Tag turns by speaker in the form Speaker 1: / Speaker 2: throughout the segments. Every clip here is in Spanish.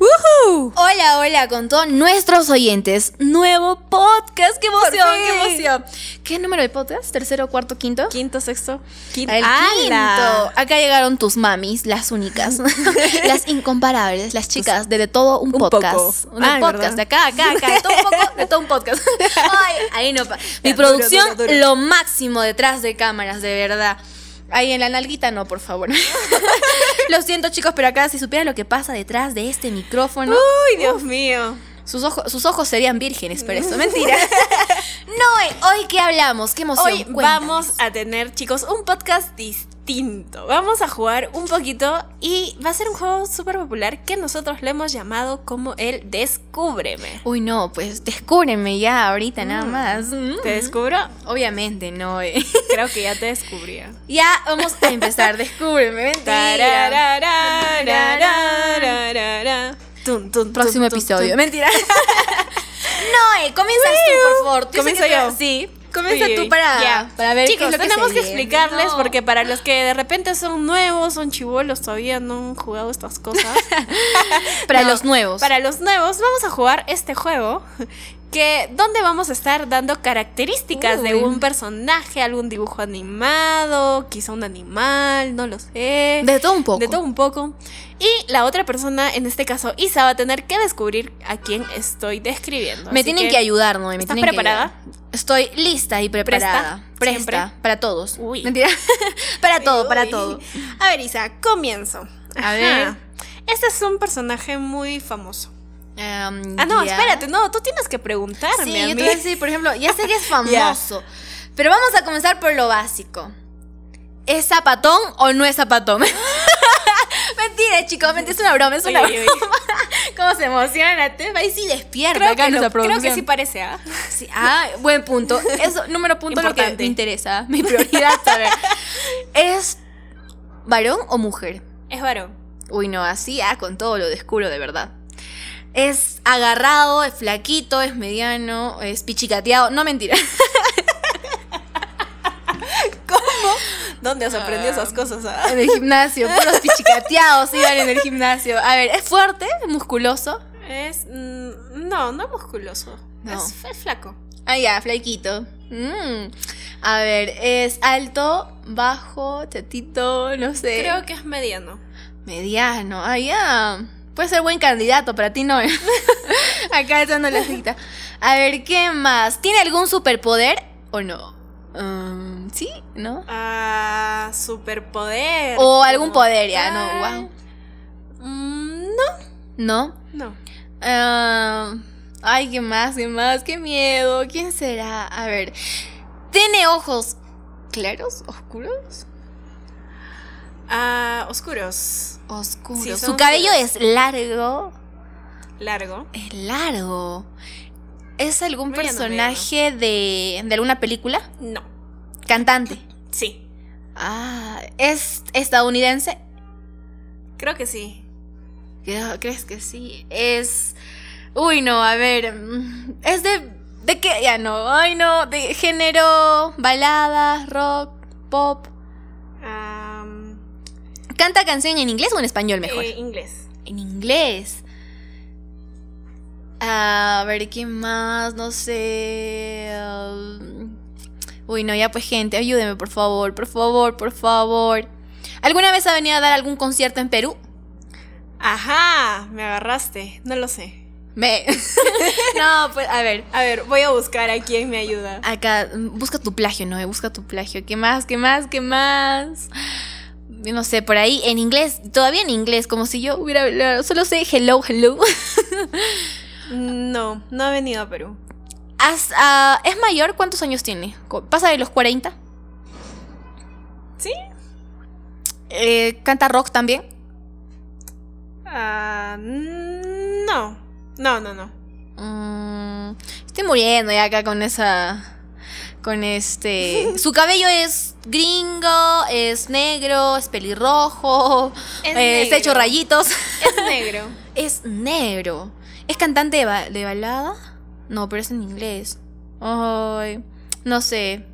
Speaker 1: ¡Woo!
Speaker 2: Hola, hola con todos nuestros oyentes. Nuevo podcast. ¡Qué emoción!
Speaker 1: Por fin.
Speaker 2: ¡Qué emoción! ¿Qué número del podcast? ¿Tercero, cuarto, quinto?
Speaker 1: Quinto, sexto. Quinto.
Speaker 2: El quinto. Acá llegaron tus mamis, las únicas, las incomparables, las chicas de, de todo un,
Speaker 1: Un
Speaker 2: podcast.
Speaker 1: poco.
Speaker 2: Un
Speaker 1: Ah, ¿verdad?
Speaker 2: podcast, de acá, acá, acá, de todo un poco, de todo un podcast. Ay, ahí no. pa- Mi
Speaker 1: Ya, duro,
Speaker 2: producción,
Speaker 1: duro, duro.
Speaker 2: lo máximo detrás de cámaras, de verdad. Ahí en la nalguita no, por favor. lo siento, chicos, pero acá si supieran lo que pasa detrás de este micrófono.
Speaker 1: Uy, Dios mío.
Speaker 2: Sus ojos, sus ojos serían vírgenes, pero eso mentira. no, hoy qué hablamos, qué emoción.
Speaker 1: Hoy
Speaker 2: Cuéntame.
Speaker 1: vamos a tener, chicos, un podcast distinto. Vamos a jugar un poquito y va a ser un juego súper popular que nosotros le hemos llamado como el Descúbreme.
Speaker 2: Uy, no, pues descúbreme ya ahorita nada
Speaker 1: Mm.
Speaker 2: más. Mm.
Speaker 1: ¿Te descubro?
Speaker 2: Obviamente, no. eh.
Speaker 1: Creo que ya te descubrí.
Speaker 2: ya vamos a empezar, descúbreme, mentira. Próximo episodio. Mentira. Noe, comienzas tú, por favor. Yo sé
Speaker 1: Comienzo
Speaker 2: que
Speaker 1: yo.
Speaker 2: tú- Sí.
Speaker 1: Uy,
Speaker 2: Comienza
Speaker 1: uy,
Speaker 2: tú
Speaker 1: uy.
Speaker 2: para,
Speaker 1: Ya.
Speaker 2: para ver
Speaker 1: Chicos,
Speaker 2: qué es lo que
Speaker 1: tenemos
Speaker 2: se
Speaker 1: que
Speaker 2: viene.
Speaker 1: explicarles
Speaker 2: No.
Speaker 1: porque para los que de repente son nuevos, son chivolos, todavía no han jugado estas cosas.
Speaker 2: Para
Speaker 1: No,
Speaker 2: los nuevos.
Speaker 1: Para los nuevos vamos a jugar este juego que donde vamos a estar dando características de
Speaker 2: Uy.
Speaker 1: un personaje, algún dibujo animado, quizá un animal, no lo sé.
Speaker 2: De todo un poco.
Speaker 1: De todo un poco. Y la otra persona, en este caso Isa, va a tener que descubrir a quién estoy describiendo.
Speaker 2: Me
Speaker 1: Así
Speaker 2: tienen que, ayudar, ¿no? Me
Speaker 1: ¿Estás
Speaker 2: tienen que
Speaker 1: preparada?
Speaker 2: ayudar. Estoy lista y preparada.
Speaker 1: ¿Presta?
Speaker 2: Presta.
Speaker 1: Siempre.
Speaker 2: Para todos.
Speaker 1: Uy.
Speaker 2: Mentira. para todo, para
Speaker 1: Uy.
Speaker 2: todo.
Speaker 1: A ver, Isa, comienzo.
Speaker 2: A ver.
Speaker 1: Este es un personaje muy famoso.
Speaker 2: Em,
Speaker 1: Ah, no,
Speaker 2: ya.
Speaker 1: espérate, no, tú tienes que preguntarme
Speaker 2: Sí,
Speaker 1: a
Speaker 2: yo te
Speaker 1: mí.
Speaker 2: voy a decir, por ejemplo, ya sé que es famoso.
Speaker 1: Ya.
Speaker 2: Pero vamos a comenzar por lo básico. ¿Es zapatón o no es zapatón? mentira, chicos, mentira, es una broma, es
Speaker 1: Uy,
Speaker 2: una
Speaker 1: uy,
Speaker 2: broma.
Speaker 1: uy.
Speaker 2: ¿Cómo se emociona? Te va y sí despierta
Speaker 1: Creo,
Speaker 2: acá
Speaker 1: que
Speaker 2: nuestra
Speaker 1: lo- creo que
Speaker 2: producción.
Speaker 1: sí parece, ¿ah?
Speaker 2: Sí, ah, buen punto. Eso, número punto lo que
Speaker 1: Importante.
Speaker 2: me interesa, mi prioridad saber. ¿Es varón o mujer?
Speaker 1: Es varón.
Speaker 2: Uy, no, así, ah, con todo lo descubro de verdad. Es agarrado, es flaquito, es mediano, es pichicateado. No, mentira.
Speaker 1: ¿Dónde has aprendido esas cosas? ah?
Speaker 2: En el gimnasio, puros pichicateados iban en el gimnasio. A ver, ¿es fuerte? ¿Es musculoso?
Speaker 1: Es. mm, No, no musculoso.
Speaker 2: No.
Speaker 1: Es fe- flaco.
Speaker 2: Ah, ya, flaquito. Mm. A ver, ¿es alto, bajo, chatito? No sé.
Speaker 1: Creo que es mediano.
Speaker 2: Mediano, ah, ya. Puede ser buen candidato, para ti no. ¿eh? Acá echando la cita. A ver, ¿qué más? ¿Tiene algún superpoder o no? Um, ¿Sí? ¿No?
Speaker 1: Ah, superpoder.
Speaker 2: O algún
Speaker 1: como
Speaker 2: poder, ya, no,
Speaker 1: tal.
Speaker 2: wow.
Speaker 1: Mm, No,
Speaker 2: ¿No?
Speaker 1: no.
Speaker 2: Um, ay, ¿qué más? ¿Qué más? ¿Qué miedo? ¿Quién será? A ver. ¿Tiene ojos claros? ¿Oscuros?
Speaker 1: Ah, oscuros.
Speaker 2: Oscuros.
Speaker 1: Sí, son
Speaker 2: Su cabello es largo.
Speaker 1: Largo.
Speaker 2: Es largo. ¿Es algún
Speaker 1: Mediano,
Speaker 2: personaje de, de alguna película?
Speaker 1: No.
Speaker 2: Cantante.
Speaker 1: Sí.
Speaker 2: Ah, ¿es estadounidense?
Speaker 1: Creo que sí.
Speaker 2: Creo- ¿Crees que sí? Es. Uy, no, a ver. mm, ¿Es de. ¿De qué? Ya no. Ay, no. ¿De género? ¿Baladas? ¿Rock? ¿Pop?
Speaker 1: Am,
Speaker 2: ¿Canta canción en inglés o en español mejor?
Speaker 1: eh, inglés.
Speaker 2: En inglés. A ver, ¿qué más? No sé. um, Uy, no, ya pues gente, ayúdeme, por favor, por favor, por favor. ¿Alguna vez ha venido a dar algún concierto en Perú?
Speaker 1: Ajá, me agarraste. No lo sé.
Speaker 2: Me. no, pues, a ver.
Speaker 1: A ver, voy a buscar a quién me ayuda.
Speaker 2: Acá, mm, busca tu plagio, no, busca tu plagio. ¿Qué más? ¿Qué más? ¿Qué más? Yo No sé, por ahí, en inglés, todavía en inglés, como si yo hubiera hablado. Solo sé hello, hello.
Speaker 1: No, no ha venido a Perú.
Speaker 2: As- ah, ¿Es mayor? ¿Cuántos años tiene? Co- ¿Pasa de los 40?
Speaker 1: ¿Sí?
Speaker 2: Eh, ¿Canta rock también?
Speaker 1: Ah, mm, no. No, no, no.
Speaker 2: Mm, estoy muriendo ya acá con esa... Con este... Su cabello es gringo, es negro, es pelirrojo,
Speaker 1: Es
Speaker 2: eh, está hecho
Speaker 1: negro.
Speaker 2: rayitos.
Speaker 1: Es negro.
Speaker 2: Es negro. ¿Es cantante de, ba- de balada? No, pero es en inglés. Ay, no sé.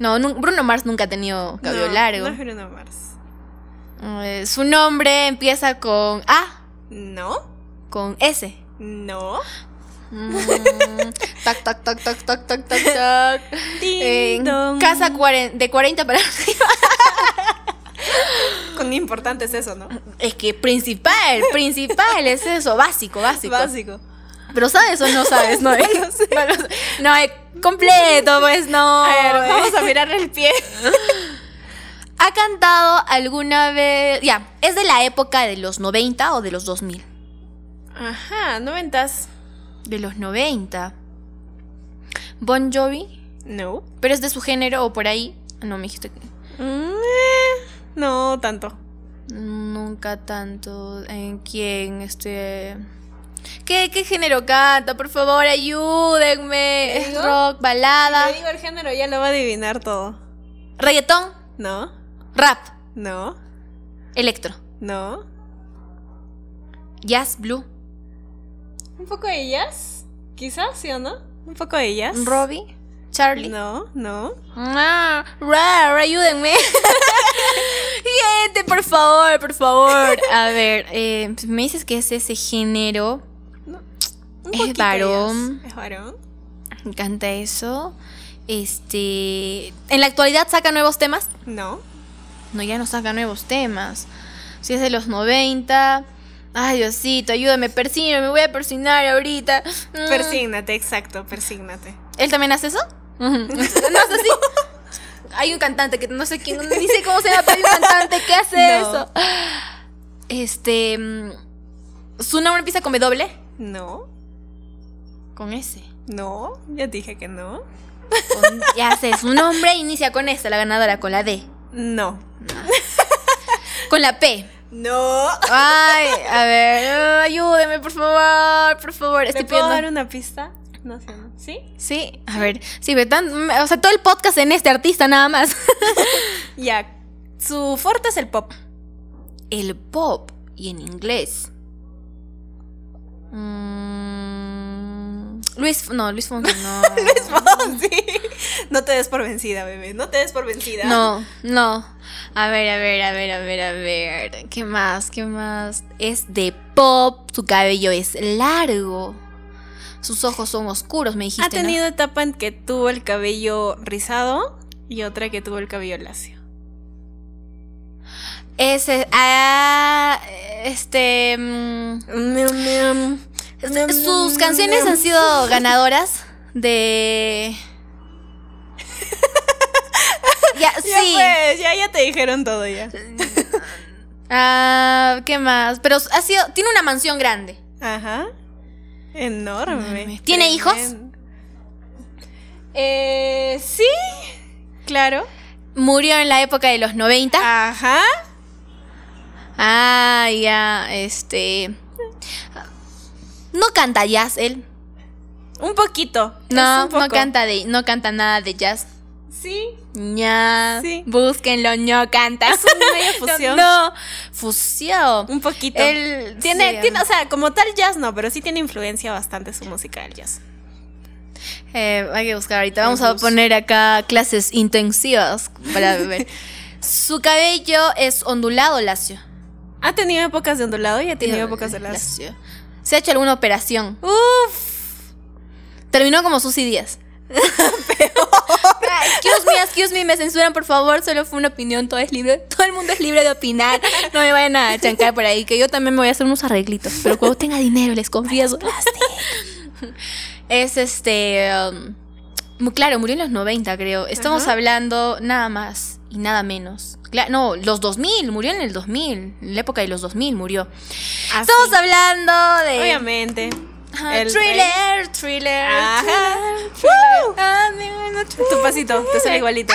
Speaker 2: No, nun- Bruno Mars nunca ha tenido cabello
Speaker 1: no,
Speaker 2: largo.
Speaker 1: No es Bruno Mars.
Speaker 2: Eh, su nombre empieza con A.
Speaker 1: ¿No?
Speaker 2: Con S.
Speaker 1: No.
Speaker 2: Mm, tac, tac, tac, tac, tac, tac, tac, tac. Eh,
Speaker 1: Ding dong.
Speaker 2: casa cuaren- de 40 para arriba.
Speaker 1: Con importante es eso, ¿no?
Speaker 2: Es que principal, principal es eso, básico, básico.
Speaker 1: Básico.
Speaker 2: Pero sabes o no sabes, no es.
Speaker 1: No sé.
Speaker 2: No, lo sé. No, es completo, pues no.
Speaker 1: A ver,
Speaker 2: eh.
Speaker 1: vamos a mirar el pie.
Speaker 2: ¿Ha cantado alguna vez? Ya, es de la época de los 90 o de los 2000.
Speaker 1: Ajá, noventas.
Speaker 2: De los 90. Bon Jovi,
Speaker 1: No.
Speaker 2: pero es de su género o por ahí. No, me dijiste que.
Speaker 1: Mm, eh, no tanto.
Speaker 2: Nunca tanto. ¿En quién? Este. ¿Qué, qué género canta? Por favor, ayúdenme.
Speaker 1: ¿Te
Speaker 2: ¿Es
Speaker 1: digo?
Speaker 2: rock, balada,
Speaker 1: Le digo el género, ya lo va a adivinar todo.
Speaker 2: reggaetón,
Speaker 1: No,
Speaker 2: rap,
Speaker 1: no,
Speaker 2: electro,
Speaker 1: no.
Speaker 2: jazz, blue.
Speaker 1: Un poco de ellas, quizás, ¿sí o no? Un poco de ellas.
Speaker 2: Robbie, Charlie.
Speaker 1: No, no.
Speaker 2: Ah, rar, ayúdenme. Gente, por favor, por favor. A ver, eh, pues me dices que es ese género.
Speaker 1: Un
Speaker 2: Es
Speaker 1: poquito
Speaker 2: varón.
Speaker 1: ellas. Es varón.
Speaker 2: Me encanta eso. Este. En la actualidad saca nuevos temas.
Speaker 1: No.
Speaker 2: No, ya no saca nuevos temas. Si es de los 90. Ay, Diosito, ayúdame, persino, me voy a persignar ahorita. Mm.
Speaker 1: Persígnate, exacto, persígnate.
Speaker 2: ¿Él también hace eso? no es así. Hay un cantante que no sé quién, no- ni sé cómo se llama, pero hay un cantante que hace
Speaker 1: No.
Speaker 2: eso. Este. mm, Su nombre empieza con W.
Speaker 1: No,
Speaker 2: Con S.
Speaker 1: no, ya dije que no.
Speaker 2: Con- ya sé, su nombre inicia con S, la ganadora, con la D.
Speaker 1: No.
Speaker 2: Con la P.
Speaker 1: No.
Speaker 2: Ay, a ver, ayúdeme, por favor, por favor.
Speaker 1: ¿Te
Speaker 2: Estoy
Speaker 1: puedo dar
Speaker 2: pidiendo.
Speaker 1: una pista? No sé, ¿no? ¿Sí?
Speaker 2: Sí, a ver, sí, pero tan- o sea, todo el podcast en este artista nada más.
Speaker 1: Ya. Su fuerte es el pop.
Speaker 2: El pop y en inglés. Mm, Luis, no, Luis Fonsi, no.
Speaker 1: Es Fonsi. No te des por vencida, bebé. No te des por vencida.
Speaker 2: No, no. A ver, a ver, a ver, a ver, a ver. ¿Qué más? ¿Qué más? Es de pop, su cabello es largo. Sus ojos son oscuros, me dijiste.
Speaker 1: Ha tenido etapa en que tuvo el cabello rizado y otra que tuvo el cabello lacio.
Speaker 2: ¿no? Ese. Ah, este. mm, Sus canciones han sido ganadoras de. Ya,
Speaker 1: Ya
Speaker 2: sí.
Speaker 1: pues, ya, ya te dijeron todo ya.
Speaker 2: Ah, ¿qué más? Pero ha sido. Tiene una mansión grande.
Speaker 1: Ajá. Enorme.
Speaker 2: Enorme. ¿Tiene hijos?
Speaker 1: Tremendo. Eh, sí. Claro.
Speaker 2: Murió en la época de los 90.
Speaker 1: Ajá.
Speaker 2: Ah, ya, este. No canta jazz él.
Speaker 1: Un poquito. Es
Speaker 2: No,
Speaker 1: un poco.
Speaker 2: no canta de, no canta nada de jazz.
Speaker 1: Sí.
Speaker 2: Ya.
Speaker 1: Sí.
Speaker 2: Búsquenlo, no canta.
Speaker 1: Es una media fusión.
Speaker 2: No, fusión.
Speaker 1: Un poquito.
Speaker 2: Él
Speaker 1: tiene,
Speaker 2: sí,
Speaker 1: tiene, o sea, como tal jazz no, pero sí tiene influencia bastante su música del jazz.
Speaker 2: Eh, hay que buscar ahorita. Vamos a
Speaker 1: Ujú.
Speaker 2: poner acá clases intensivas para ver. Su cabello es ondulado, lacio.
Speaker 1: Ha tenido épocas de ondulado y ha tenido épocas de las.
Speaker 2: lacio. Se ha hecho alguna operación.
Speaker 1: Uf.
Speaker 2: Terminó como sus ideas. Ay, Excuse me, excuse me, me censuran por favor, solo fue una opinión, todo es libre, todo el mundo es libre de opinar, no me vayan a chancar por ahí, que yo también me voy a hacer unos arreglitos, pero cuando tenga dinero, les confieso. es este, um, mu- claro, murió en los 90 creo, estamos
Speaker 1: Ajá.
Speaker 2: hablando nada más y nada menos. Cla- no, los 2000, murió en el 2000, en la época de los 2000 murió.
Speaker 1: Así.
Speaker 2: Estamos hablando de...
Speaker 1: eh, Obviamente.
Speaker 2: Ajá,
Speaker 1: El eh,
Speaker 2: thriller, thriller,
Speaker 1: Ajá.
Speaker 2: thriller. Ah, mi bueno, thriller.
Speaker 1: Tu pasito, te sale igualito.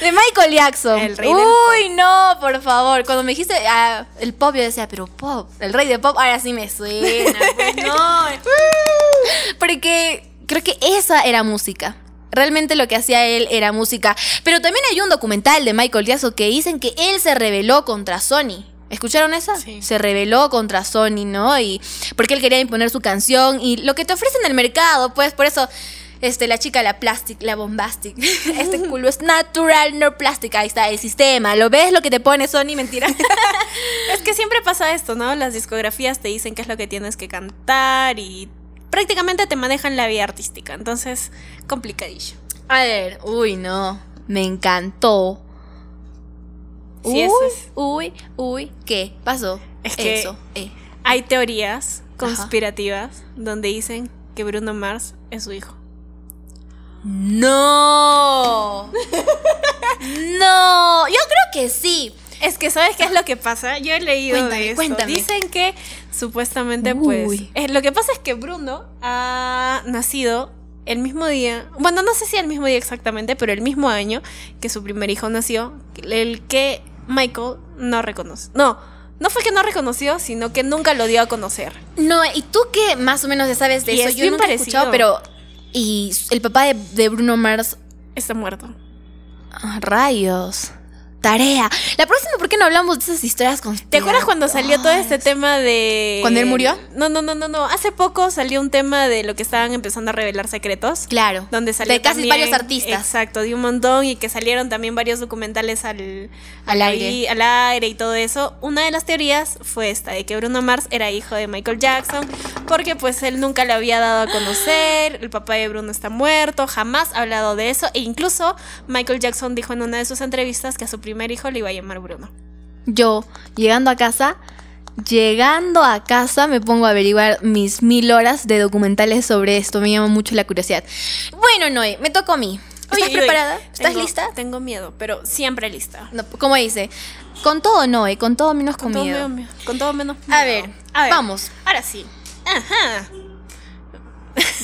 Speaker 2: De Michael Jackson.
Speaker 1: El rey del
Speaker 2: Uy, no, por favor. Cuando me dijiste ah, el pop, yo decía, pero pop, el rey de pop, ahora sí me suena. pues, no. Porque creo que esa era música. Realmente lo que hacía él era música. Pero también hay un documental de Michael Jackson que dicen que él se rebeló contra Sony. ¿Escucharon esa?
Speaker 1: Sí.
Speaker 2: Se rebeló contra Sony, ¿no? Y porque él quería imponer su canción y lo que te ofrecen en el mercado, pues por eso Este, la chica, la plastic, la bombastic. Este culo es natural, no plastic. Ahí está el sistema. ¿Lo ves lo que te pone Sony? Mentira.
Speaker 1: Es que siempre pasa esto, ¿no? Las discografías te dicen qué es lo que tienes que cantar y prácticamente te manejan la vida artística. Entonces, complicadillo.
Speaker 2: A ver, uy, no. Me encantó.
Speaker 1: Sí, eso
Speaker 2: Uy,
Speaker 1: es.
Speaker 2: Uy, uy, ¿qué pasó?
Speaker 1: Es que-
Speaker 2: Eso, eh.
Speaker 1: Hay teorías conspirativas donde dicen que Bruno Mars es su hijo.
Speaker 2: No. no. Yo creo que sí.
Speaker 1: Es que, ¿sabes qué es lo que pasa? Yo he leído
Speaker 2: Cuéntame,
Speaker 1: de esto.
Speaker 2: cuéntame.
Speaker 1: Dicen que supuestamente, pues.
Speaker 2: Uy.
Speaker 1: eh, lo que pasa es que Bruno ha nacido el mismo día. Bueno, no sé si el mismo día exactamente, pero el mismo año que su primer hijo nació. El que Michael no reconoce. No, no fue que no reconoció, sino que nunca lo dio a conocer.
Speaker 2: No, y tú que más o menos ya sabes de
Speaker 1: Y
Speaker 2: eso,
Speaker 1: es
Speaker 2: yo
Speaker 1: bien
Speaker 2: nunca he
Speaker 1: parecido.
Speaker 2: escuchado, pero y el papá de, de Bruno Mars,
Speaker 1: Está muerto.
Speaker 2: ah, rayos. Tarea. La próxima, ¿por qué no hablamos de esas historias con
Speaker 1: ¿Te acuerdas cuando salió todo este tema de.
Speaker 2: ¿Cuando él murió?
Speaker 1: No, no, no, no, no. Hace poco salió un tema de lo que estaban empezando a revelar secretos.
Speaker 2: Claro.
Speaker 1: donde salieron
Speaker 2: De casi varios artistas.
Speaker 1: Exacto, de un montón y que salieron también varios documentales al,
Speaker 2: Al aire.
Speaker 1: y, al aire y todo eso. Una de las teorías fue esta, de que Bruno Mars era hijo de Michael Jackson, porque pues él nunca le había dado a conocer, el papá de Bruno está muerto, jamás ha hablado de eso, e incluso Michael Jackson dijo en una de sus entrevistas que a su primer hijo le iba a llamar Bruno.
Speaker 2: Yo, llegando a casa, llegando a casa me pongo a averiguar mis mil horas de documentales sobre esto. Me llama mucho la curiosidad. Bueno, Noé, me tocó a mí. ¿Estás
Speaker 1: Oye, y oye,
Speaker 2: preparada? ¿Estás
Speaker 1: tengo-
Speaker 2: lista?
Speaker 1: Tengo miedo, pero siempre lista.
Speaker 2: No, ¿Cómo dice? Con todo, Noé, con todo menos con,
Speaker 1: Con todo,
Speaker 2: miedo.
Speaker 1: menos miedo, con todo menos miedo.
Speaker 2: A ver, vamos.
Speaker 1: Ahora sí. Ajá.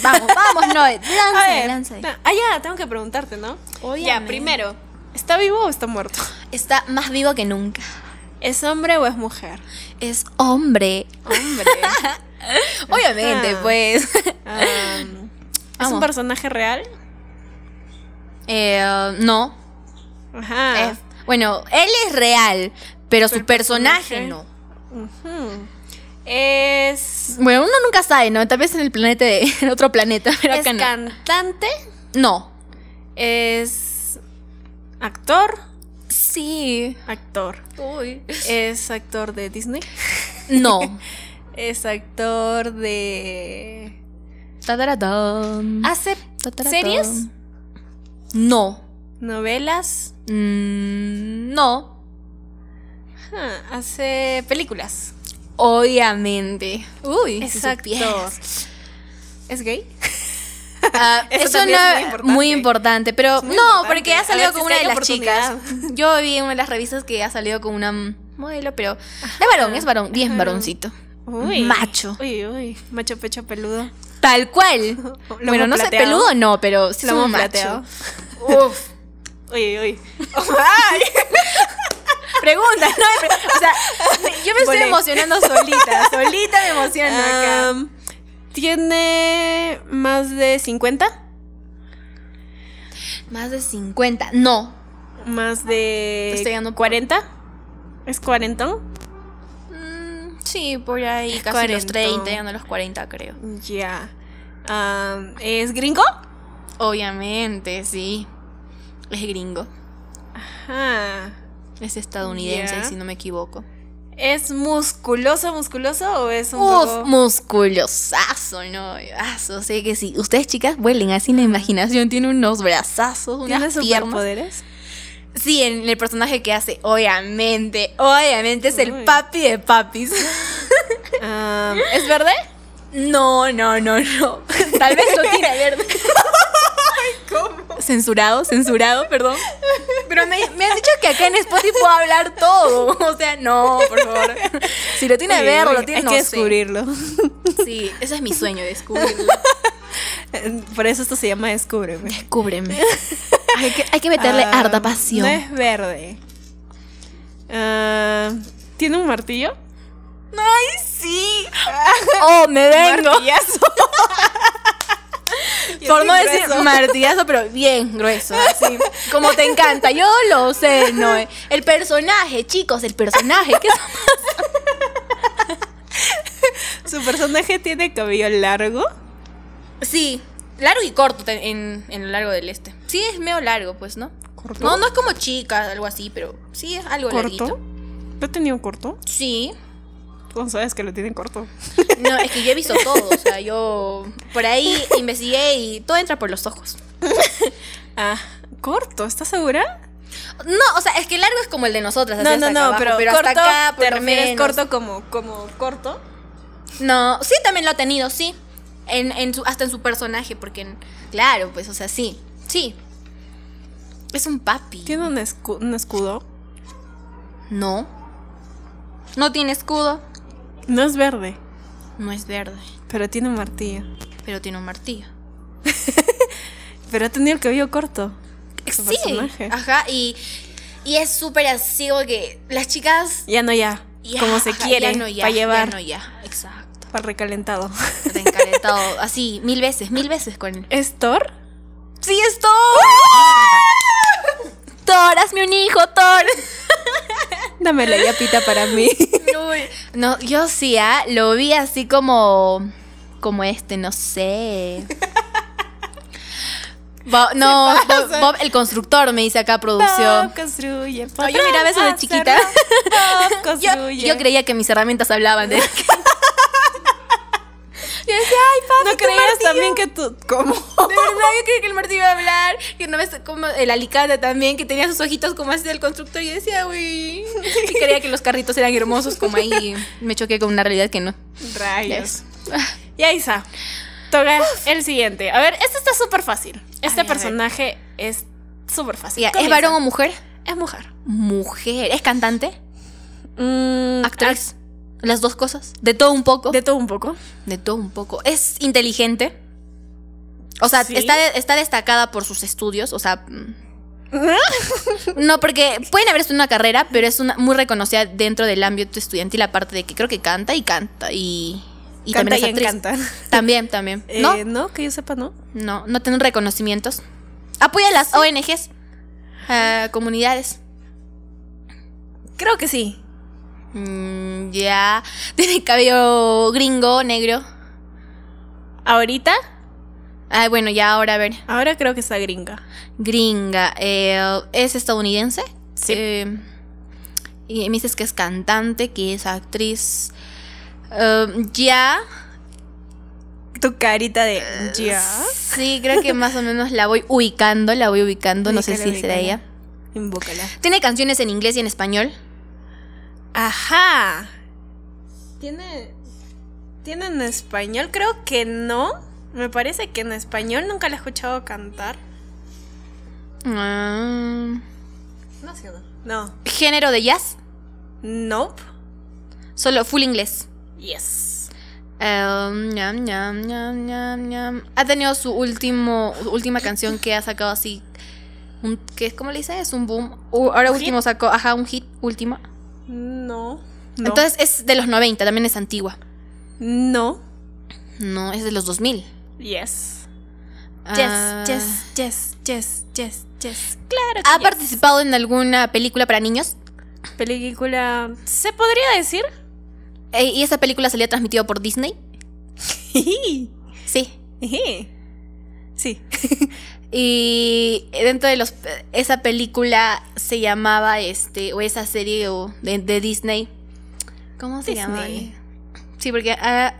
Speaker 2: Vamos, vamos, Noé.
Speaker 1: A
Speaker 2: Lanza,
Speaker 1: ver,
Speaker 2: lanza.
Speaker 1: na- Ah, ya, tengo que preguntarte, ¿no? Ya,
Speaker 2: Obviamente.
Speaker 1: primero, ¿está vivo o está muerto?
Speaker 2: Está más vivo que nunca.
Speaker 1: ¿Es hombre o es mujer?
Speaker 2: Es hombre.
Speaker 1: Hombre.
Speaker 2: Obviamente,
Speaker 1: Ajá.
Speaker 2: pues.
Speaker 1: Ah. Am, ¿Es un
Speaker 2: Vamos.
Speaker 1: personaje real?
Speaker 2: Eh, no.
Speaker 1: Ajá.
Speaker 2: Eh, bueno, él es real, pero su
Speaker 1: Ah. el personaje-
Speaker 2: personaje, no.
Speaker 1: Ujú. ¿Es,
Speaker 2: Bueno, uno nunca sabe, ¿no? Tal vez en el planeta de en otro planeta, pero
Speaker 1: es
Speaker 2: acá no.
Speaker 1: cantante?
Speaker 2: No.
Speaker 1: ¿Es actor?
Speaker 2: Sí.
Speaker 1: Actor.
Speaker 2: Uy.
Speaker 1: ¿Es actor de Disney?
Speaker 2: No.
Speaker 1: ¿Es actor de...
Speaker 2: Tadaratam.
Speaker 1: ¿Hace
Speaker 2: Tadaratam.
Speaker 1: series?
Speaker 2: Ah, No.
Speaker 1: novelas?
Speaker 2: Mm, no.
Speaker 1: Ajá, ¿Hace películas?
Speaker 2: Obviamente. Uy. si
Speaker 1: Exacto.
Speaker 2: supieras.
Speaker 1: ¿Es gay?
Speaker 2: Ah,
Speaker 1: Eso
Speaker 2: eso no
Speaker 1: también es
Speaker 2: es
Speaker 1: muy
Speaker 2: muy
Speaker 1: importante.
Speaker 2: importante, pero
Speaker 1: Es muy
Speaker 2: no,
Speaker 1: importante.
Speaker 2: porque ha
Speaker 1: A
Speaker 2: salido
Speaker 1: ver si
Speaker 2: con
Speaker 1: es que
Speaker 2: una de
Speaker 1: hay
Speaker 2: las chicas.
Speaker 1: oportunidad.
Speaker 2: Yo vi en una de las revistas que ha salido con una mm, modelo, pero es varón, es varón, bien
Speaker 1: Ajá.
Speaker 2: varoncito. Macho.
Speaker 1: Uy, uy. Macho pecho peludo.
Speaker 2: Tal cual.
Speaker 1: Lomo
Speaker 2: bueno, no sé,
Speaker 1: plateado.
Speaker 2: peludo no, pero sí es
Speaker 1: Lomo
Speaker 2: un
Speaker 1: plateado.
Speaker 2: macho. Uf.
Speaker 1: Uy, uy.
Speaker 2: Pregunta, no, pre- o sea, yo me estoy
Speaker 1: Volé.
Speaker 2: emocionando solita, solita me emociono acá.
Speaker 1: Am, ¿Tiene más de 50?
Speaker 2: Más de 50. No.
Speaker 1: ¿Más de
Speaker 2: Te estoy dando por-
Speaker 1: 40? ¿Es cuarentón?
Speaker 2: Mm, sí, por ahí casi los
Speaker 1: Cuarentón.
Speaker 2: 30, llegando a los 40 creo.
Speaker 1: Ya. Am, ¿Es gringo?
Speaker 2: Obviamente, sí. Es gringo.
Speaker 1: Ajá.
Speaker 2: Es estadounidense,
Speaker 1: Ya.
Speaker 2: si no me equivoco.
Speaker 1: ¿Es musculoso, musculoso o es un
Speaker 2: Uf,
Speaker 1: poco-
Speaker 2: musculosazo, no. Aso, sé que sí. Ustedes, chicas, vuelen así en la imaginación. Tiene unos brazazos,
Speaker 1: ¿Tiene
Speaker 2: unas piernas.
Speaker 1: superpoderes?
Speaker 2: Sí, en el personaje que hace, obviamente, obviamente es
Speaker 1: Uy.
Speaker 2: el papi de papis. Ah,
Speaker 1: Am, ¿Es verde?
Speaker 2: No, no, no, no. Tal vez lo tiene verde. ¿Cómo? Censurado, censurado, perdón. Pero me, me han dicho que acá en Spotify puedo hablar todo. O sea, no, por favor. Si lo tiene
Speaker 1: Uy,
Speaker 2: verde,
Speaker 1: uy,
Speaker 2: lo tiene
Speaker 1: Hay
Speaker 2: no
Speaker 1: que
Speaker 2: sé.
Speaker 1: descubrirlo.
Speaker 2: Sí, ese es mi sueño, descubrirlo.
Speaker 1: Por eso esto se llama Descúbreme.
Speaker 2: Descúbreme. Hay que, hay que meterle
Speaker 1: Ah,
Speaker 2: harta pasión.
Speaker 1: No es verde. Ah, ¿Tiene un martillo?
Speaker 2: ¡Ay, sí! ¡Oh, me vengo!
Speaker 1: Martillazo.
Speaker 2: Por no
Speaker 1: Así
Speaker 2: decir
Speaker 1: grueso.
Speaker 2: martillazo, pero bien grueso, así. Como te encanta, yo lo sé, Noé. El personaje, chicos, el personaje. ¿Qué es?
Speaker 1: ¿Su personaje tiene cabello largo?
Speaker 2: Sí, Largo y corto te- en, en lo largo del este. Sí, es medio largo, pues, ¿no?
Speaker 1: ¿Corto?
Speaker 2: No, no es como chica, algo así, pero sí es algo
Speaker 1: ¿Corto?
Speaker 2: larguito.
Speaker 1: ¿Lo he tenido corto?
Speaker 2: Sí.
Speaker 1: Tú no sabes que lo tienen corto.
Speaker 2: No, es que yo he visto todo. O sea, yo por ahí investigué y todo entra por los ojos.
Speaker 1: Ah, ¿corto? ¿Estás segura?
Speaker 2: No, o sea, es que largo es como el de nosotras. así
Speaker 1: No,
Speaker 2: hasta
Speaker 1: no,
Speaker 2: acá
Speaker 1: no,
Speaker 2: abajo,
Speaker 1: pero,
Speaker 2: hasta
Speaker 1: corto,
Speaker 2: acá, por
Speaker 1: ¿te
Speaker 2: lo
Speaker 1: refieres
Speaker 2: menos.
Speaker 1: corto como, como corto?
Speaker 2: No, sí, también lo ha tenido, sí. En, en su, hasta en su personaje, porque, en- claro, pues, o sea, sí. Sí. Es un papi.
Speaker 1: ¿Tiene un, escu- un escudo?
Speaker 2: No. No tiene escudo.
Speaker 1: No es verde,
Speaker 2: No es verde,
Speaker 1: pero tiene un martillo.
Speaker 2: pero tiene un martillo.
Speaker 1: Pero ha tenido el cabello corto. Su
Speaker 2: Eh, Sí. Ah.
Speaker 1: personaje.
Speaker 2: Ajá, y, y es súper así, porque las chicas.
Speaker 1: Ya no ya,
Speaker 2: ya,
Speaker 1: como se
Speaker 2: ajá,
Speaker 1: quiere,
Speaker 2: ya no ya,
Speaker 1: para llevar,
Speaker 2: Ya no ya, exacto.
Speaker 1: para recalentado.
Speaker 2: Reencaretado, así, mil veces, mil veces con él.
Speaker 1: ¿Es Thor?
Speaker 2: ¡Sí, es Thor! ¡Thor, hazme un hijo, Thor!
Speaker 1: Dame la yapita para mí.
Speaker 2: No, yo sí, ah, lo vi así como. Como este, no sé. Bob- no, Bob, Bob el constructor me dice acá producción.
Speaker 1: Bob construye.
Speaker 2: No, yo miraba eso de
Speaker 1: podrás
Speaker 2: chiquita.
Speaker 1: hacerlo. Bob
Speaker 2: Yo,
Speaker 1: construye.
Speaker 2: yo creía que mis herramientas hablaban de. yo decía, ay, papi,
Speaker 1: ¿No creías también que tú.? ¿Cómo?
Speaker 2: De verdad, yo creía que el martillo iba a hablar. Que no ves como el alicate también, que tenía sus ojitos como así del constructor. Y yo decía, uy. Y creía que los carritos eran hermosos, como ahí. Me choqué con una realidad que no.
Speaker 1: Rayos. Ya, Isa. Toca el siguiente. A ver, este está súper fácil. Este
Speaker 2: ver, a ver.
Speaker 1: personaje es súper fácil.
Speaker 2: Ya, ¿Es
Speaker 1: Comienza.
Speaker 2: varón o mujer?
Speaker 1: Es mujer.
Speaker 2: Mujer. ¿Es cantante?
Speaker 1: Mm,
Speaker 2: ¿Actriz? ¿Las dos cosas? ¿De todo un poco?
Speaker 1: De todo un poco.
Speaker 2: De todo un poco. ¿Es inteligente? O sea,
Speaker 1: Sí.
Speaker 2: está, está destacada por sus estudios, o sea... mm. No, porque pueden haber estudiado una carrera, pero es una, muy reconocida dentro del ámbito estudiantil, aparte de que creo que canta y canta y... Y
Speaker 1: Canta
Speaker 2: también es actriz.
Speaker 1: encanta.
Speaker 2: También, también.
Speaker 1: Eh,
Speaker 2: no,
Speaker 1: ¿No? que yo sepa, no.
Speaker 2: no, no tienen reconocimientos. Apoya a las ONGs, a comunidades.
Speaker 1: Creo que sí.
Speaker 2: Mm, ya. Tiene cabello gringo, negro.
Speaker 1: Ahorita,
Speaker 2: Ah, bueno, ya ahora a ver.
Speaker 1: ahora creo que está gringa.
Speaker 2: Gringa. eh, ¿Es estadounidense?
Speaker 1: Sí.
Speaker 2: Eh, y me dices que es cantante, que es actriz. Eh, ya.
Speaker 1: Tu carita de. Ya.
Speaker 2: Sí, creo que más o menos la voy ubicando, la voy ubicando. no sé
Speaker 1: Ubícala,
Speaker 2: si será ella.
Speaker 1: ubícala. Invócala.
Speaker 2: Tiene canciones en inglés y en español.
Speaker 1: Ajá. Tiene. Tiene en español, creo que no. Me parece que en español nunca la he escuchado cantar.
Speaker 2: Ah,
Speaker 1: No sé, no. No.
Speaker 2: Género de jazz.
Speaker 1: Nope.
Speaker 2: Solo full inglés.
Speaker 1: Yes.
Speaker 2: Um, ñam, ñam, ñam, ñam, ñam. Ha tenido su último última canción que ha sacado así. Un, que es como le dice, es un boom. U- ahora
Speaker 1: ¿Un
Speaker 2: último sacó, ajá, un hit, última.
Speaker 1: No. No.
Speaker 2: Entonces es de los 90, también es antigua.
Speaker 1: No.
Speaker 2: No, es de los 2000.
Speaker 1: Yes.
Speaker 2: Ah,
Speaker 1: yes, yes, yes, yes. Ah,
Speaker 2: ¿Ha
Speaker 1: Claro que yes.
Speaker 2: participado en alguna película para niños?
Speaker 1: Película. ¿Se podría decir?
Speaker 2: Eh, ¿Y esa película salía transmitida por Disney? Sí.
Speaker 1: sí.
Speaker 2: Y dentro de los esa película se llamaba este o esa serie o de, de Disney. ¿Cómo se llama?
Speaker 1: Disney.
Speaker 2: Sí, porque ah,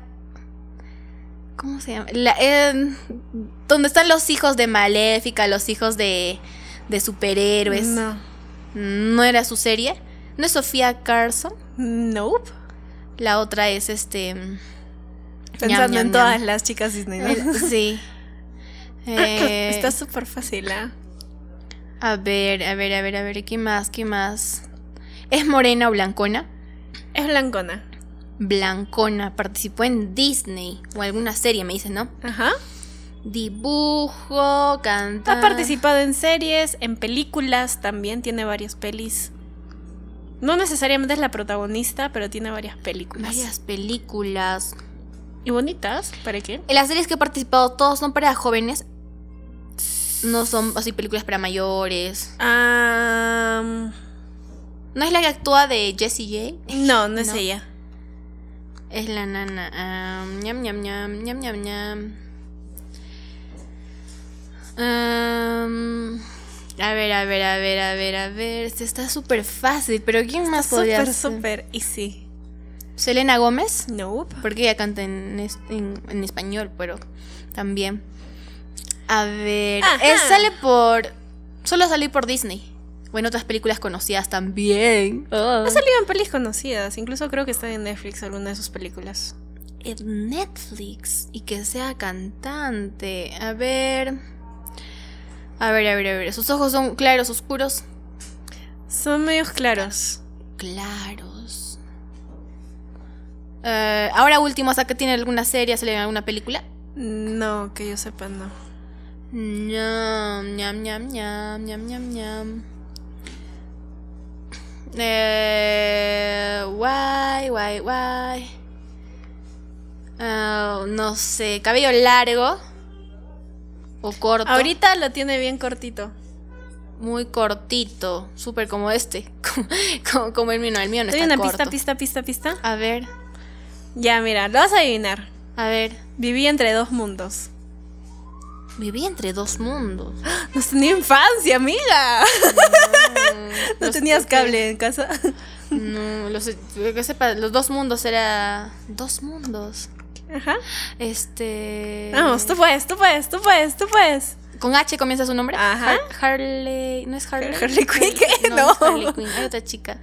Speaker 2: ¿Cómo se llama? La- en- donde están los hijos de Maléfica, los hijos de de superhéroes. No,
Speaker 1: Mm, No.
Speaker 2: era su serie. No es Sofía Carson.
Speaker 1: Nope.
Speaker 2: La otra es este ñam,
Speaker 1: Pensando en
Speaker 2: ñam, ñam.
Speaker 1: todas las chicas Disney. ¿no?
Speaker 2: El- sí. Eh,
Speaker 1: Está súper fácil, ¿ah?
Speaker 2: A ver, a ver, a ver, a ver, ¿qué más? ¿Qué más? ¿Es morena o blancona?
Speaker 1: Es blancona.
Speaker 2: Blancona, participó en Disney o alguna serie, me dicen, ¿no?
Speaker 1: Ajá.
Speaker 2: Dibujo, canta.
Speaker 1: Ha participado en series, en películas, también tiene varias pelis. No necesariamente es la protagonista, pero tiene varias películas.
Speaker 2: Varias películas.
Speaker 1: Y bonitas, ¿para qué?
Speaker 2: En las series que he participado, todos son para jóvenes. No son así películas para mayores.
Speaker 1: Am,
Speaker 2: ¿No es la que actúa de Jessie J?
Speaker 1: no, no es
Speaker 2: No.
Speaker 1: ella.
Speaker 2: Es la nana. Ah, ñam, ñam, ñam, ñam, ñam, ñam. Am, a ver, a ver, a ver, a ver, a ver. Este está súper fácil, pero ¿quién más podía
Speaker 1: Súper,
Speaker 2: ser?
Speaker 1: súper easy.
Speaker 2: Selena Gómez,
Speaker 1: Nope.
Speaker 2: porque ella canta en, es- en- en español, pero también. A ver,
Speaker 1: Ajá.
Speaker 2: eh, sale por. Solo salí por Disney. O en otras películas conocidas también.
Speaker 1: Ha salido en pelis conocidas. Incluso creo que está en Netflix alguna de sus películas.
Speaker 2: en Netflix y que sea cantante. A ver. A ver, a ver, a ver. Sus ojos son claros, oscuros.
Speaker 1: Son medios claros.
Speaker 2: Claros. Eh, ahora último, ¿hasta que tiene alguna serie, sale en alguna película?
Speaker 1: No, que yo sepa, no.
Speaker 2: Ñam, ñam, ñam, ñam, ñam, ñam, ñam. Eh, guay, guay, guay. Ah, no sé, cabello largo o corto.
Speaker 1: Ahorita lo tiene bien cortito.
Speaker 2: Muy cortito, súper como este. como, como el mío, no, el mío no
Speaker 1: Te doy
Speaker 2: está
Speaker 1: una
Speaker 2: corto.
Speaker 1: pista, pista, pista, pista.
Speaker 2: A ver,
Speaker 1: Ya, mira, lo vas a adivinar.
Speaker 2: a ver.
Speaker 1: Viví entre dos mundos.
Speaker 2: Viví entre dos mundos.
Speaker 1: No tenía infancia, amiga. No
Speaker 2: Ah, Los-
Speaker 1: tenías cable en casa.
Speaker 2: No, los, yo que sepa, los dos mundos era. Dos mundos.
Speaker 1: Ajá.
Speaker 2: Este.
Speaker 1: Vamos, tú puedes, tú puedes, tú puedes, tú puedes.
Speaker 2: Con H comienza su nombre.
Speaker 1: Ajá.
Speaker 2: Har- Harley. ¿No es Harley?
Speaker 1: Harley Quinn, ¿qué?
Speaker 2: No. es
Speaker 1: No.
Speaker 2: Harley Quinn. Hay otra chica.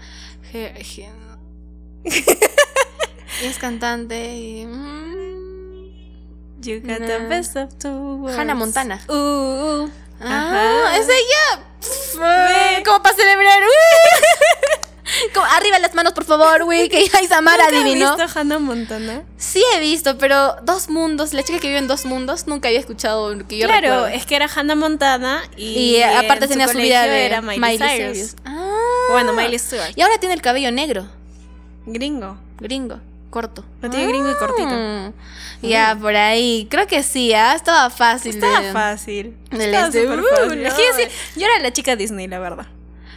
Speaker 2: Ge- ge- y es cantante. y- mm.
Speaker 1: You got
Speaker 2: No.
Speaker 1: the best of two worlds.
Speaker 2: Hannah Montana.
Speaker 1: Uh, uh.
Speaker 2: Ah,
Speaker 1: Ajá.
Speaker 2: es ella. Pff,
Speaker 1: Ve.
Speaker 2: ¿Cómo para celebrar? ¡Uh! Como, arriba las manos, por favor, güey. Que ya Samara
Speaker 1: ¿Nunca has
Speaker 2: adivinó.
Speaker 1: visto Hannah Montana?
Speaker 2: Sí he visto, pero dos mundos. La chica que vive en dos mundos nunca había escuchado lo que yo
Speaker 1: claro,
Speaker 2: recuerdo.
Speaker 1: es que era Hannah Montana y,
Speaker 2: Y eh, aparte
Speaker 1: en
Speaker 2: tenía su vida
Speaker 1: colegio
Speaker 2: de
Speaker 1: era Miley, Cyrus.
Speaker 2: Ah.
Speaker 1: Bueno, Miley Stewart.
Speaker 2: Y ahora tiene el cabello negro,
Speaker 1: Gringo.
Speaker 2: gringo, corto.
Speaker 1: Lo tiene gringo y cortito. Ah.
Speaker 2: Mm. Ya, por ahí. Creo que sí, ¿ah? estaba fácil.
Speaker 1: Estaba
Speaker 2: de-
Speaker 1: fácil.
Speaker 2: del
Speaker 1: Estaba
Speaker 2: este.
Speaker 1: súper
Speaker 2: Uh,
Speaker 1: fácil. Es que yo,
Speaker 2: no.
Speaker 1: sí- yo era la chica Disney, la verdad.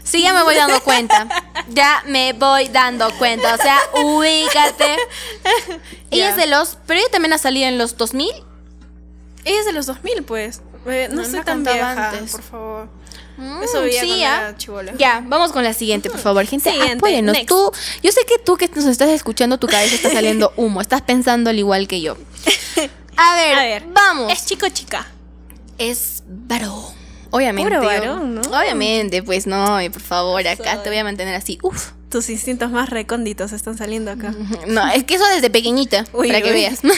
Speaker 2: Sí, ya me voy dando cuenta. Ya me voy dando cuenta. O sea, ubícate. Ella
Speaker 1: Ya.
Speaker 2: es de los. Pero ella también ha salido en los 2000.
Speaker 1: Ella es de los 2000, pues. Eh, no
Speaker 2: No,
Speaker 1: estoy
Speaker 2: no
Speaker 1: tan
Speaker 2: cantaba
Speaker 1: vieja,
Speaker 2: antes.
Speaker 1: por favor.
Speaker 2: Mm,
Speaker 1: Eso veía
Speaker 2: sí,
Speaker 1: cuando
Speaker 2: ¿ah?
Speaker 1: era chibola.
Speaker 2: Ya, vamos con la siguiente, por favor, gente.
Speaker 1: Siguiente,
Speaker 2: Apóyenos.
Speaker 1: next.
Speaker 2: Tú, yo sé que tú que nos estás escuchando, tu cabeza está saliendo humo. Estás pensando al igual que yo. A ver,
Speaker 1: A ver.
Speaker 2: vamos.
Speaker 1: Es chico chica.
Speaker 2: es varón. Obviamente.
Speaker 1: Puro
Speaker 2: yo-
Speaker 1: varón, ¿no?
Speaker 2: Obviamente, pues no, y por favor, acá
Speaker 1: Soy.
Speaker 2: te voy a mantener así. Uf.
Speaker 1: Tus instintos más recónditos están saliendo acá.
Speaker 2: No, es que eso desde pequeñita,
Speaker 1: Uy,
Speaker 2: para que
Speaker 1: uy.
Speaker 2: veas.
Speaker 1: que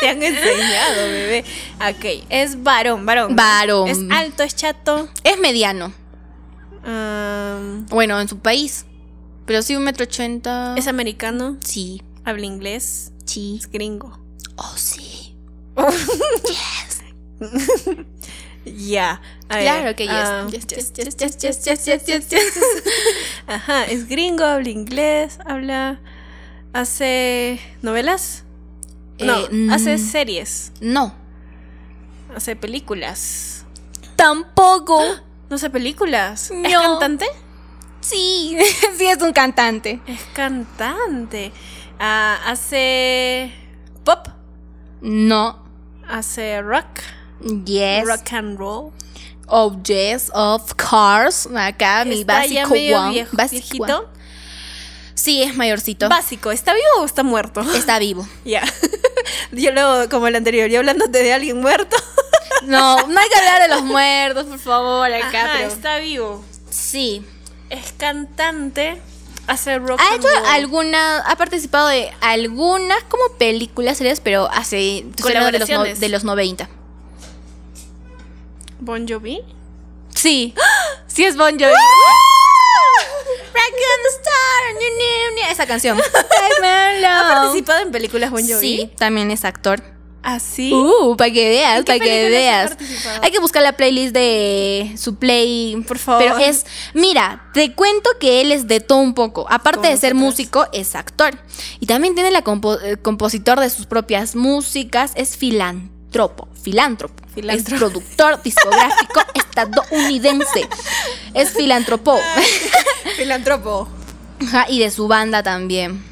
Speaker 1: te han enseñado, bebé. Ok, es varón, varón.
Speaker 2: Varón.
Speaker 1: Es alto, es chato.
Speaker 2: es mediano.
Speaker 1: am,
Speaker 2: Bueno, en su país. Pero sí, un metro ochenta.
Speaker 1: es americano,
Speaker 2: Sí,
Speaker 1: habla inglés,
Speaker 2: sí.
Speaker 1: es gringo.
Speaker 2: Oh, sí.
Speaker 1: Ya. a ver, Ah. um,
Speaker 2: Claro que
Speaker 1: am,
Speaker 2: yes. Yes, yes, yes, yes, yes, yes, yes, yes.
Speaker 1: Ajá, es gringo, habla inglés, habla. Hace novelas. No,
Speaker 2: Eh, mm,
Speaker 1: hace series,
Speaker 2: No.
Speaker 1: hace películas.
Speaker 2: Tampoco.
Speaker 1: No hace películas. ¿Es
Speaker 2: No.
Speaker 1: cantante?
Speaker 2: Sí, sí es un cantante.
Speaker 1: Es cantante. Ah, hace pop,
Speaker 2: No.
Speaker 1: hace rock,
Speaker 2: Yes.
Speaker 1: rock and roll.
Speaker 2: Oh, yes, of course. Acá mi
Speaker 1: Está
Speaker 2: básico
Speaker 1: ya medio
Speaker 2: one.
Speaker 1: viejo-
Speaker 2: básico
Speaker 1: viejito.
Speaker 2: one. Sí, es mayorcito.
Speaker 1: Básico, ¿está vivo o está muerto?
Speaker 2: Está vivo.
Speaker 1: Ya. Yo luego, como el anterior, yo hablándote de alguien muerto.
Speaker 2: No, no hay que hablar de los muertos, por favor, acá.
Speaker 1: Ajá,
Speaker 2: pero-
Speaker 1: está vivo.
Speaker 2: Sí.
Speaker 1: Es cantante, hace rock
Speaker 2: Ha
Speaker 1: and
Speaker 2: hecho
Speaker 1: roll.
Speaker 2: alguna, ha participado de algunas como películas series, pero hace estoy hablando de los, no-
Speaker 1: Colaboraciones.
Speaker 2: de los 90.
Speaker 1: Bon Jovi.
Speaker 2: Sí. Sí es Bon Jovi.
Speaker 1: ¡Ah!
Speaker 2: Raccoon Star, new, new, new. esa canción. Take my love.
Speaker 1: ¿Ha participado en películas Bon Jovi? Ah,
Speaker 2: Sí, también es actor.
Speaker 1: ¿Así?
Speaker 2: Uh, para que veas,
Speaker 1: ¿En qué
Speaker 2: para que
Speaker 1: películas ha
Speaker 2: veas.
Speaker 1: participado?
Speaker 2: Hay que buscar la playlist de su play.
Speaker 1: Por favor.
Speaker 2: Pero es, mira, te cuento que él es de todo un poco. Aparte
Speaker 1: Como
Speaker 2: de ser
Speaker 1: nosotras.
Speaker 2: músico, es actor. Y también tiene la compo- eh, compositor de sus propias músicas. Es filántropo. Filántropo.
Speaker 1: Filántropo.
Speaker 2: Es productor discográfico estadounidense. Es filántropo.
Speaker 1: Filantropo.
Speaker 2: Ajá, y de su banda también.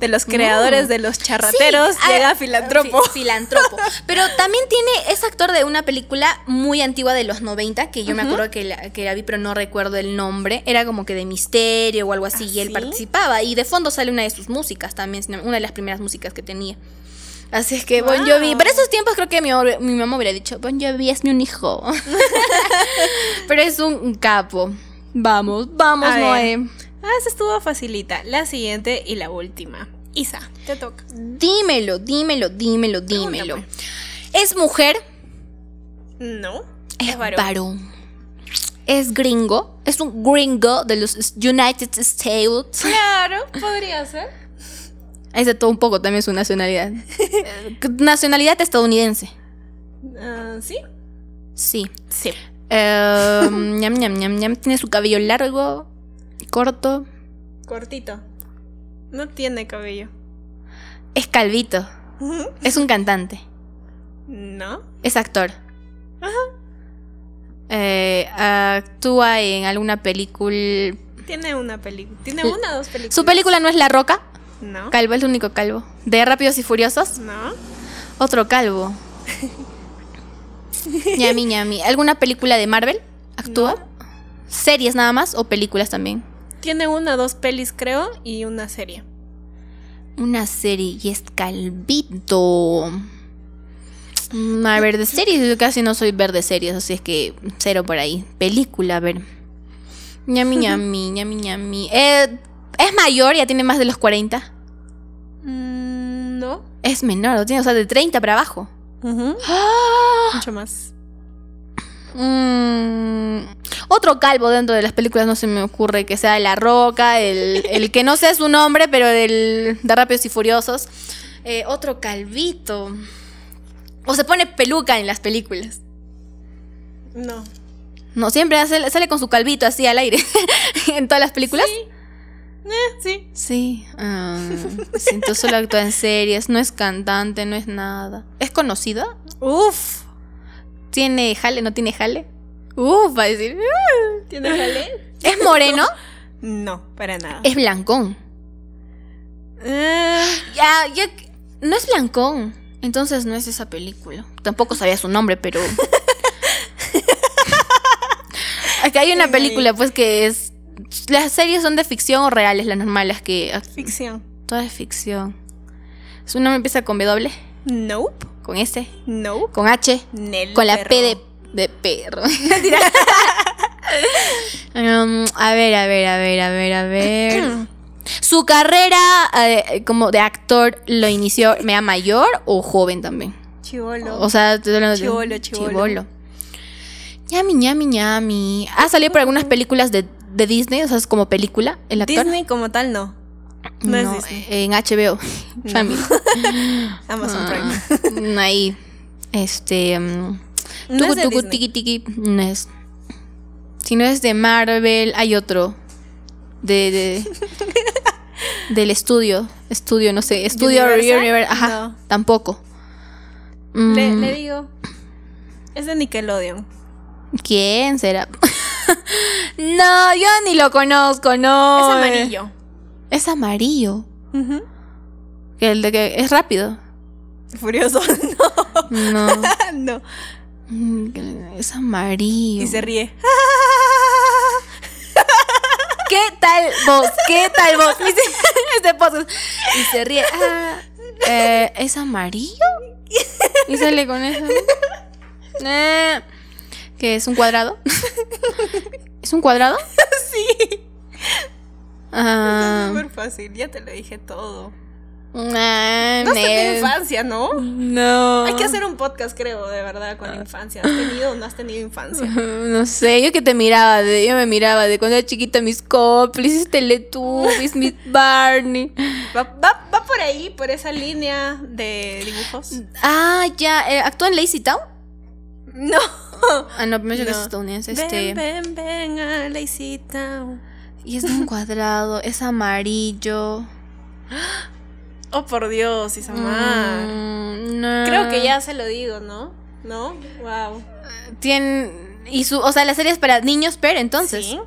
Speaker 1: de los creadores
Speaker 2: Mm.
Speaker 1: de los charrateros
Speaker 2: Sí, ah,
Speaker 1: llega filantropo.
Speaker 2: fi- filantropo. Pero también tiene, es actor de una película muy antigua de los 90, que yo me acuerdo que la, que la vi, pero no recuerdo el nombre. Era como que de misterio o algo así,
Speaker 1: ¿Ah,
Speaker 2: y él
Speaker 1: sí?
Speaker 2: participaba. Y de fondo sale una de sus músicas también, si no- una de las primeras músicas que tenía. Así es que Bon Jovi,
Speaker 1: Wow.
Speaker 2: para esos tiempos creo que mi, or- mi mamá hubiera dicho, Bon Jovi es mi un hijo. pero es un capo. Vamos, vamos,
Speaker 1: A ver.
Speaker 2: Noé.
Speaker 1: Ah, esa estuvo facilita. La siguiente y la última. Isa, te toca.
Speaker 2: Dímelo, dímelo, dímelo, dímelo.
Speaker 1: pues.
Speaker 2: ¿Es mujer?
Speaker 1: No.
Speaker 2: Es varón.
Speaker 1: varón.
Speaker 2: Es gringo. Es un gringo de los United States.
Speaker 1: Claro, podría ser.
Speaker 2: Ahí se todo un poco también su nacionalidad. Eh, nacionalidad estadounidense.
Speaker 1: Ah, sí.
Speaker 2: Sí.
Speaker 1: Sí.
Speaker 2: Eh, ñam, ñam, ñam, ñam. Tiene su cabello largo, corto.
Speaker 1: Cortito. No tiene cabello.
Speaker 2: Es calvito. Es un cantante.
Speaker 1: No.
Speaker 2: Es actor. Eh, actúa en alguna película.
Speaker 1: Tiene una película. Tiene
Speaker 2: L-
Speaker 1: una o dos películas.
Speaker 2: Su película no es La Roca.
Speaker 1: No.
Speaker 2: Calvo es el único calvo. De Rápidos y Furiosos.
Speaker 1: No.
Speaker 2: Otro calvo. ñami, ñami. ¿Alguna película de Marvel? ¿Actúa? ¿Series nada más o películas también?
Speaker 1: Tiene una o dos pelis, creo, y una serie.
Speaker 2: Una serie y es calvito. Mm, A ver, de series, yo casi no soy ver de series, así es que cero por ahí. Película, a ver. ñami, ñami, ñami, ñami. Eh, ¿Es mayor? ¿Ya tiene más de los 40?
Speaker 1: Mm, No.
Speaker 2: Es menor, ¿no tiene, o sea, de 30 para abajo.
Speaker 1: Ujú.
Speaker 2: ¡Ah!
Speaker 1: Mucho más.
Speaker 2: Mm, otro calvo dentro de las películas no se me ocurre que sea de La Roca, el, el que no sé su nombre, pero del de Rápidos y Furiosos. Eh, otro calvito. O se pone peluca en las películas.
Speaker 1: No.
Speaker 2: No, siempre hace- sale con su calvito así al aire en todas las películas.
Speaker 1: Sí. Eh, sí.
Speaker 2: Sí. Ah, sí, entonces solo actúa en series, no es cantante, no es nada. ¿Es conocido?
Speaker 1: Uf.
Speaker 2: ¿Tiene jale? ¿No tiene jale? Uf, va a decir.
Speaker 1: ¿Tiene jale?
Speaker 2: ¿Es moreno?
Speaker 1: No, para nada.
Speaker 2: Es blancón.
Speaker 1: Eh,
Speaker 2: Ya, ya. No es Blancón. Entonces no es esa película. Tampoco sabía su nombre, pero. Acá hay una
Speaker 1: Ay.
Speaker 2: película, pues, que es. Las series son de ficción o reales, las normales, que.
Speaker 1: ficción.
Speaker 2: Toda es ficción. Su nombre empieza con W,
Speaker 1: Nope.
Speaker 2: con S,
Speaker 1: Nope.
Speaker 2: con H,
Speaker 1: Nel
Speaker 2: con la
Speaker 1: perro.
Speaker 2: P de, de perro. Mentira. Um, a ver, a ver, a ver, a ver, a ver. Su carrera eh, como de actor lo inició, ¿me da mayor o joven también?
Speaker 1: Chivolo.
Speaker 2: O sea, estoy hablando de-
Speaker 1: Chibolo, chibolo.
Speaker 2: chibolo. Ñami, ñami, ñami. Ha salido por algunas películas de, de Disney, o sea, es como película, el actor.
Speaker 1: Disney como tal no. No es Disney.
Speaker 2: en HBO.
Speaker 1: No.
Speaker 2: Family.
Speaker 1: Amazon Prime.
Speaker 2: Ah, ahí. Este. mm,
Speaker 1: No
Speaker 2: Tucu,
Speaker 1: es de
Speaker 2: tucu,
Speaker 1: Disney.
Speaker 2: tiqui, tiqui. No es. Si no es de Marvel, hay otro. De. de- del estudio. Estudio, no sé. Estudio
Speaker 1: ¿Universal?
Speaker 2: Univer- Ajá.
Speaker 1: No.
Speaker 2: Tampoco.
Speaker 1: Le,
Speaker 2: Mm,
Speaker 1: le digo. Es de Nickelodeon.
Speaker 2: ¿Quién será? no, yo ni lo conozco, no. eh.
Speaker 1: es amarillo.
Speaker 2: Es amarillo.
Speaker 1: Ujú.
Speaker 2: Que El de que es rápido.
Speaker 1: Furioso. No.
Speaker 2: No.
Speaker 1: no.
Speaker 2: Mm, es amarillo.
Speaker 1: Y se ríe.
Speaker 2: ¿Qué tal vos? ¿Qué tal vos? Dice, Este podcast. Y se ríe. Ah, eh, ¿Es amarillo? Y sale con eso. Eh, ¿Qué es un cuadrado? ¿Es un cuadrado?
Speaker 1: sí.
Speaker 2: Ah,
Speaker 1: Súper fácil. Ya te lo dije todo.
Speaker 2: ah,
Speaker 1: No sé de
Speaker 2: eh,
Speaker 1: infancia, ¿no?
Speaker 2: No. Ah.
Speaker 1: Hay que hacer un podcast, creo, de verdad, con la infancia. ¿Has tenido o no has tenido infancia?
Speaker 2: No sé, yo que te miraba, de, yo me miraba de cuando era chiquita mis cómplices, Teletubbies, Miss Barney.
Speaker 1: Va, va, va por ahí, por esa línea de dibujos.
Speaker 2: Ah, ya, eh, ¿actúa en Lazy Town?
Speaker 1: No.
Speaker 2: Ah, no, me que es
Speaker 1: No.
Speaker 2: estadounidense.
Speaker 1: Ven,
Speaker 2: Este,
Speaker 1: ven, ven a Lazy Town.
Speaker 2: Y es de un cuadrado, es amarillo.
Speaker 1: Oh, por Dios, Isamar.
Speaker 2: Mm, no.
Speaker 1: Ah. Creo que ya se lo digo, ¿no? ¿No? Wow.
Speaker 2: Tiene. Y su, o sea, la serie es para niños, pero entonces.
Speaker 1: ¿Sí?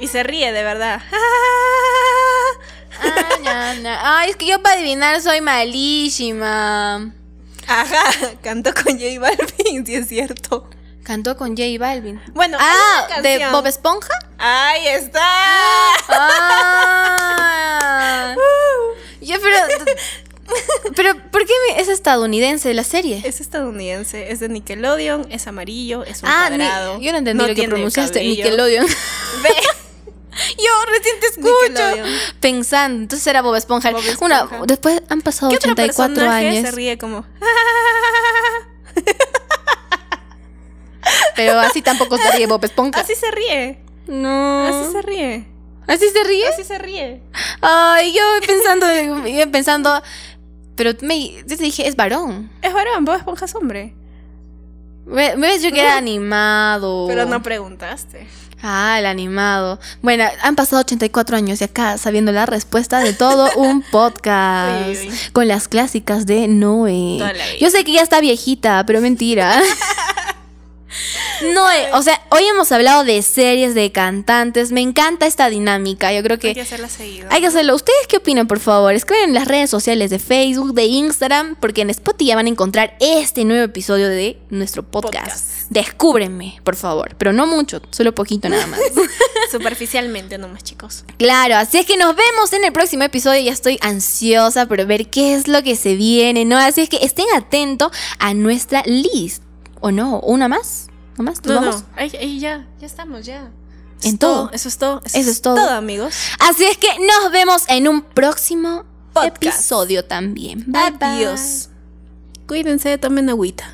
Speaker 1: Y se ríe, de verdad.
Speaker 2: Ah, ñam, Rihanna. Ay, es que yo para adivinar soy malísima.
Speaker 1: Ajá, cantó con J Balvin, si es cierto.
Speaker 2: Cantó con J Balvin.
Speaker 1: Bueno, hay
Speaker 2: Ah,
Speaker 1: una
Speaker 2: de
Speaker 1: canción.
Speaker 2: Bob Esponja.
Speaker 1: Ahí está.
Speaker 2: Ah. Ya, pero. Pero, ¿por qué me- es estadounidense la serie?
Speaker 1: Es estadounidense, es de Nickelodeon, es amarillo, es un
Speaker 2: Ah, ni-
Speaker 1: cuadrado.
Speaker 2: yo no entendí lo que
Speaker 1: tiene
Speaker 2: pronunciaste.
Speaker 1: cabello.
Speaker 2: Nickelodeon.
Speaker 1: Ve,
Speaker 2: Yo recién te
Speaker 1: Nickelodeon.
Speaker 2: escucho. Pensando, entonces era Bob Esponja.
Speaker 1: Bob Esponja.
Speaker 2: Una, después han pasado
Speaker 1: ¿Qué otro
Speaker 2: 84
Speaker 1: personaje
Speaker 2: años.
Speaker 1: se ríe como?
Speaker 2: Pero así tampoco se ríe Bob Esponja.
Speaker 1: Ah, Así se ríe.
Speaker 2: no.
Speaker 1: Así se ríe.
Speaker 2: ¿Así se ríe?
Speaker 1: Así se ríe.
Speaker 2: Ay, yo pensando, yo pensando. Pero me, yo te dije, es varón.
Speaker 1: Es varón, Bob Esponja es hombre.
Speaker 2: Me, me ves yo que era animado.
Speaker 1: Pero no preguntaste.
Speaker 2: Ah, el animado. Bueno, han pasado 84 años y acá sabiendo la respuesta de todo un podcast.
Speaker 1: Uy, uy, uy.
Speaker 2: Con las clásicas de Noé.
Speaker 1: Toda la vida.
Speaker 2: Yo sé que ya está viejita, pero mentira. Noé, o sea, hoy hemos hablado de series, de cantantes. Me encanta esta dinámica. Yo creo que
Speaker 1: Hay que hacerla seguido.
Speaker 2: hay que hacerlo. ¿Ustedes qué opinan, por favor? Escriben en las redes sociales de Facebook, de Instagram, porque en Spotify ya van a encontrar este nuevo episodio de nuestro podcast.
Speaker 1: Podcast.
Speaker 2: Descúbrenme, por favor. Pero no mucho, solo poquito nada más.
Speaker 1: Superficialmente nomás, chicos.
Speaker 2: claro, así es que nos vemos en el próximo episodio. Ya estoy ansiosa por ver qué es lo que se viene, ¿no? Así es que estén atentos a nuestra list. ¿O no? ¿Una más? ¿Una más? ¿Nos
Speaker 1: No,
Speaker 2: vamos?
Speaker 1: no. Ahí, ahí ya. Ya estamos, ya. Eso
Speaker 2: En
Speaker 1: es
Speaker 2: todo.
Speaker 1: Eso es todo.
Speaker 2: Eso es todo.
Speaker 1: amigos.
Speaker 2: Así es que nos vemos en un próximo
Speaker 1: Podcast.
Speaker 2: episodio también. Bye, bye.
Speaker 1: Adiós. Cuídense, tomen agüita.